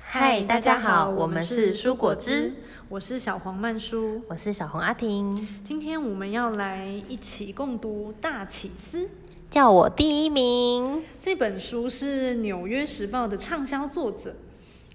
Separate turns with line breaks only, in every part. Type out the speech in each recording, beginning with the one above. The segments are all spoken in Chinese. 嗨，大家好，我们是蔬果汁，
我是小黄曼舒。
我是小红阿婷，
今天我们要来一起共读《大起司》
叫我第一名。
这本书，是《纽约时报》的畅销作者，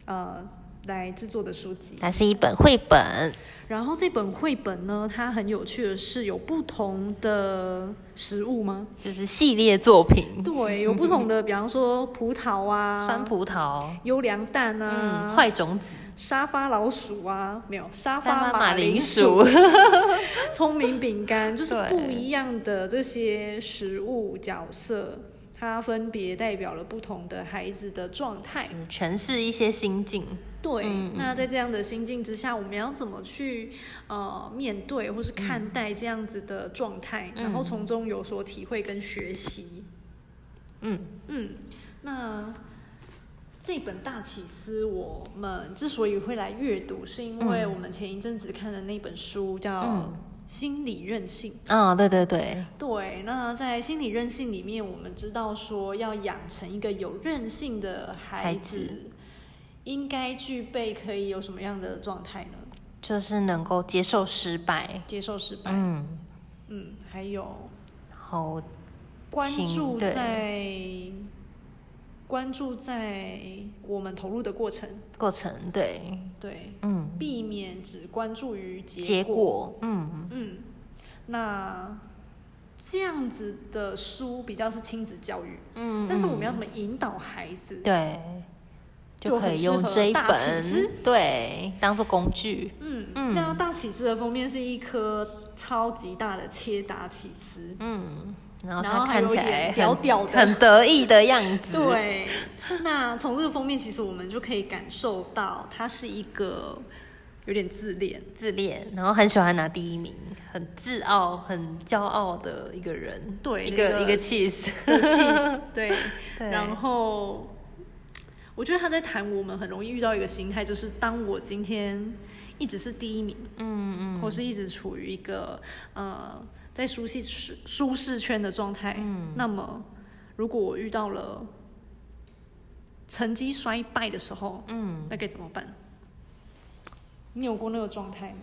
呃，来制作的书籍。
它是一本绘本，
然后这本绘本呢，它很有趣的是有不同的食物 吗？
就是系列作品，
对，有不同的，比方说葡萄啊，
酸葡萄，
优良蛋啊，
嗯，坏种子，
沙发老鼠啊，没有沙
沙
发
发马
马
铃
铃
薯
聪明饼干，就是
对
不一样的这些食物角色，它分别代表了不同的孩子的状态。
嗯，全是一些心境。
对，
嗯
那在这样的心境之下，我们要怎么去呃面对或是看待这样子的状态，
嗯
然后从中有所体会跟学习。
嗯，
嗯，那这本《大起司》，我们之所以会来阅读，是因为
嗯
我们前一阵子看的那本书叫《
嗯
心理韧性》。
哦，对对对，
对，那在心理韧性里面，我们知道说要养成一个有韧性的
孩
孩子，
子
应该具备可以有什么样的状态呢？
就是能够接受失败，
接受失败，
嗯，
嗯，还有
然后
关
情
注
对
在关注在我们投入的过程，
过程，对，
对，
嗯
避免只关注于
结果，嗯，
嗯，那这样子的书比较是亲子教育，
嗯
但是我们
嗯
要怎么引导孩子？
对，就
就
可
很
以
适
用
合
这一
大起司
本，对，当做工具。
嗯，
嗯
那大起司的封面是一颗超级大的切达起司，
嗯，然后
然
他
后还
看
有
起
一点
来
屌
很
屌的
很得意的样子。
对， 那从这个封面其实我们就可以感受到，他是一个有点自恋，
自恋，然后很喜欢拿第一名，很自傲、很骄傲的一个人。
对
一
那
个
个
一个 cheese，
的 cheese，对，
对
然后我觉得他在谈我们很容易遇到一个心态，就是当我今天一直是第一名，
嗯嗯
或是一直处于一个呃在舒适舒舒适圈的状态，
嗯
那么如果我遇到了成绩衰败的时候，
嗯
那该怎么办？你有过那个状态吗？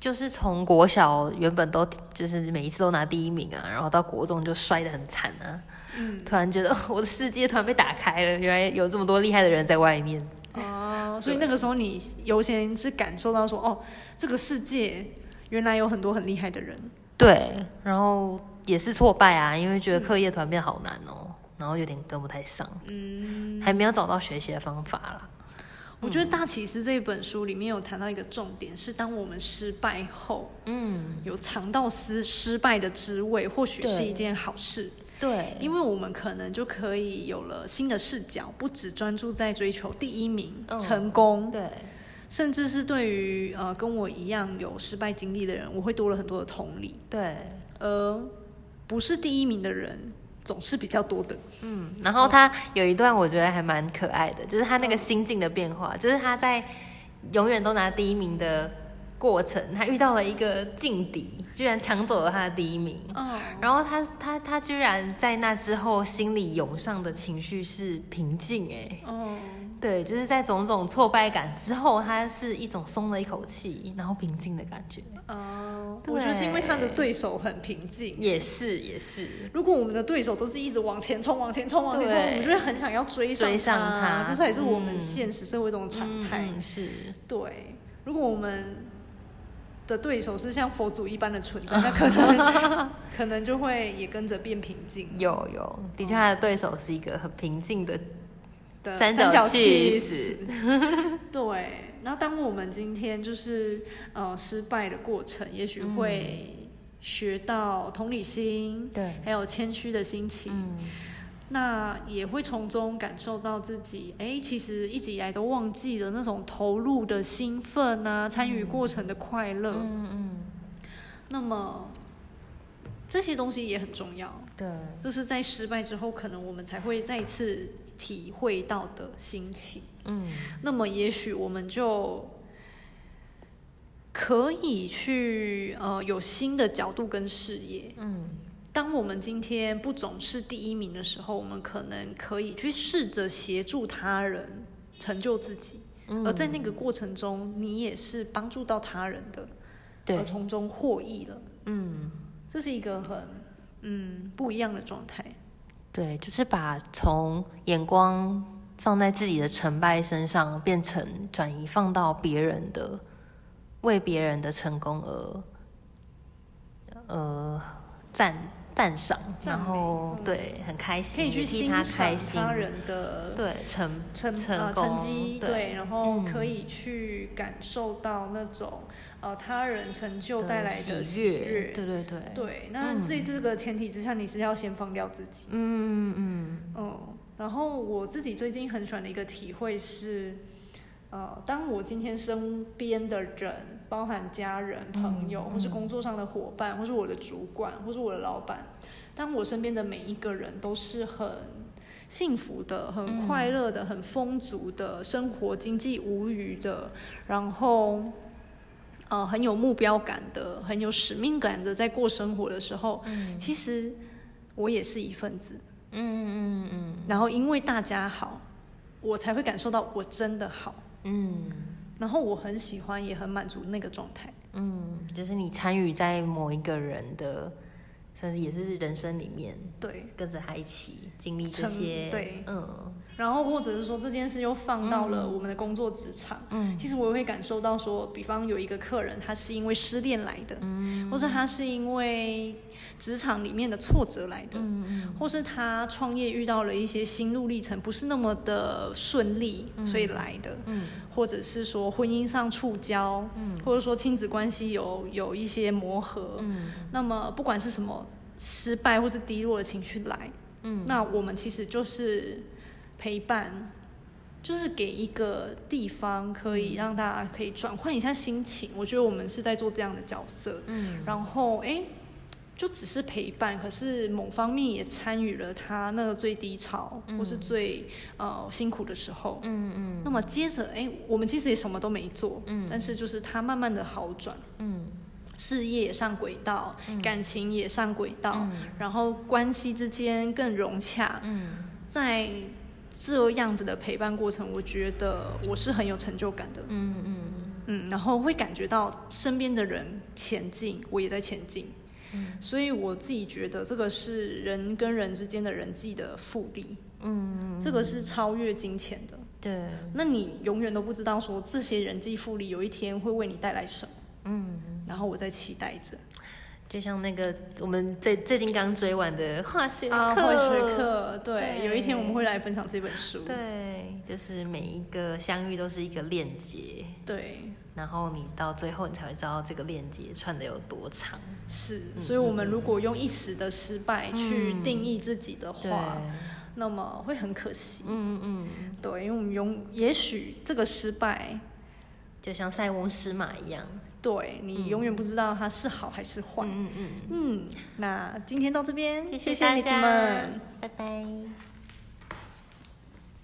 就是从国小原本都就是每一次都拿第一名啊，然后到国中就摔得很惨啊，
嗯
突然觉得哦我的世界突然被打开了，原来有这么多厉害的人在外面。
哦，所以那个时候你优先是感受到说，哦，这个世界原来有很多很厉害的人。
对，然后也是挫败啊，因为觉得课业突然变好难哦，然后有点跟不太上，
嗯
还没有找到学习的方法啦。
我觉得《大骑士》这本书里面有谈到一个重点，是当我们失败后，
嗯，
有尝到失失败的滋味，或许是
对
一件好事。
对，
因为我们可能就可以有了新的视角，不只专注在追求第一名、
嗯
成功，
对，
甚至是对于呃跟我一样有失败经历的人，我会多了很多的同理。
对，
而不是第一名的人总是比较多的。
嗯，然后他有一段我觉得还蛮可爱的，就是他那个心境的变化，就是他在永远都拿第一名的过程，他遇到了一个劲敌，居然抢走了他的第一名。
嗯
然后他他他居然在那之后心里涌上的情绪是平静哎、
哦，
对，就是在种种挫败感之后，他是一种松了一口气，然后平静的感觉。
哦，
对
我觉得是因为他的对手很平静。
嗯也是也是，
如果我们的对手都是一直往前冲、往前冲、往前冲，
对
我们就会很想要追上
追上他
他，这才是我们
嗯
现实社会中的常态。
嗯嗯是
对，如果我们的对手是像佛祖一般的存在，那可 能可能就会也跟着变平静。
有有，的确他的对手是一个很平静的
的
三
角
角
cheese
气
对，然后当我们今天就是呃失败的过程，也许会学到同理心，
嗯对
还有谦虚的心情，
嗯
那也会从中感受到自己，哎，其实一直以来都忘记了那种投入的兴奋啊，参与过程的快乐，
嗯嗯，
那么这些东西也很重要，
对，
这是在失败之后，可能我们才会再次体会到的心情。
嗯
那么也许我们就可以去呃有新的角度跟视野。
嗯
当我们今天不总是第一名的时候，我们可能可以去试着协助他人成就自己，
嗯
而在那个过程中，你也是帮助到他人的，
对
而从中获益了，
嗯，
这是一个很嗯不一样的状态。
对，就是把从眼光放在自己的成败身上，变成转移放到别人的，为别人的成功而，呃，赞赞赏，
赞
然
美
后、
嗯
对，很开心，
可以
也
去
替
欣
他开
赏
心，
他人的
对成
成
成
呃
功
成绩
对
然后可
嗯
以去感受到那种呃他人成就
的
带来
喜
的
悦
悦，
对对对
对。那在
嗯
这个前提之下，你是要先放掉自己，
嗯嗯嗯，
嗯，然后我自己最近很喜欢的一个体会是，呃，当我今天身边的人，包含家人、朋友，
嗯
或是
嗯
工作上的伙伴，或是我的主管，或是我的老板，当我身边的每一个人都是很幸福的、
嗯
很快乐的、很丰足的，生活经济无余的，然后。呃，很有目标感的，很有使命感的，在过生活的时候，
嗯
其实我也是一份子。
嗯嗯嗯嗯，
然后因为大家好，我才会感受到我真的好，
嗯
然后我很喜欢，也很满足那个状态。
嗯，就是你参与在某一个人的，算是也是人生里面，
对
跟着他一起经历这
成
些，
对
嗯
然后或者是说这件事又放到了
嗯
我们的工作职场，
嗯
其实我也会感受到说，比方有一个客人他是因为失恋来的，
嗯
或是他是因为职场里面的挫折来的，
嗯嗯
或是他创业遇到了一些心路历程不是那么的顺利，
嗯
所以来的，
嗯
或者是说婚姻上触礁，
嗯
或者说亲子关系有有一些磨合，
嗯
那么不管是什么失败或是低落的情绪来，
嗯
那我们其实就是陪伴，就是给一个地方可以让大家可以转换一下心情。我觉得我们是在做这样的角色，
嗯
然后诶，就只是陪伴，可是某方面也参与了他那个最低潮、或是
嗯
最呃辛苦的时候，
嗯嗯
那么接着诶，我们其实也什么都没做，
嗯
但是就是他慢慢的好转，
嗯
事业也上轨道，
嗯
感情也上轨道，
嗯
然后关系之间更融洽。
嗯
在这样子的陪伴过程，我觉得我是很有成就感的。
嗯嗯
嗯，然后会感觉到身边的人前进，我也在前进。
嗯
所以我自己觉得这个是人跟人之间的人际的复利，
嗯，
这个是超越金钱的。
对，
那你永远都不知道说这些人际复利有一天会为你带来什么，
嗯。
然后我在期待着。
就像那个我们最最近刚追完的化学课，
啊，化学课，对，
对
有一天我们会来分享这本书。
对，就是每一个相遇都是一个链接，
对，
然后你到最后你才会知道这个链接串的有多长。
是，
嗯
所以我们如果用一时的失败去
嗯
定义自己的话，
对
那么会很可惜。
嗯嗯嗯，
对，因为我们用，也许这个失败，
就像塞翁失马一样。
对你永远不知道它是好还是坏。
嗯嗯嗯
嗯，那今天到这边，
谢
谢
大
你
家
们。，
拜拜。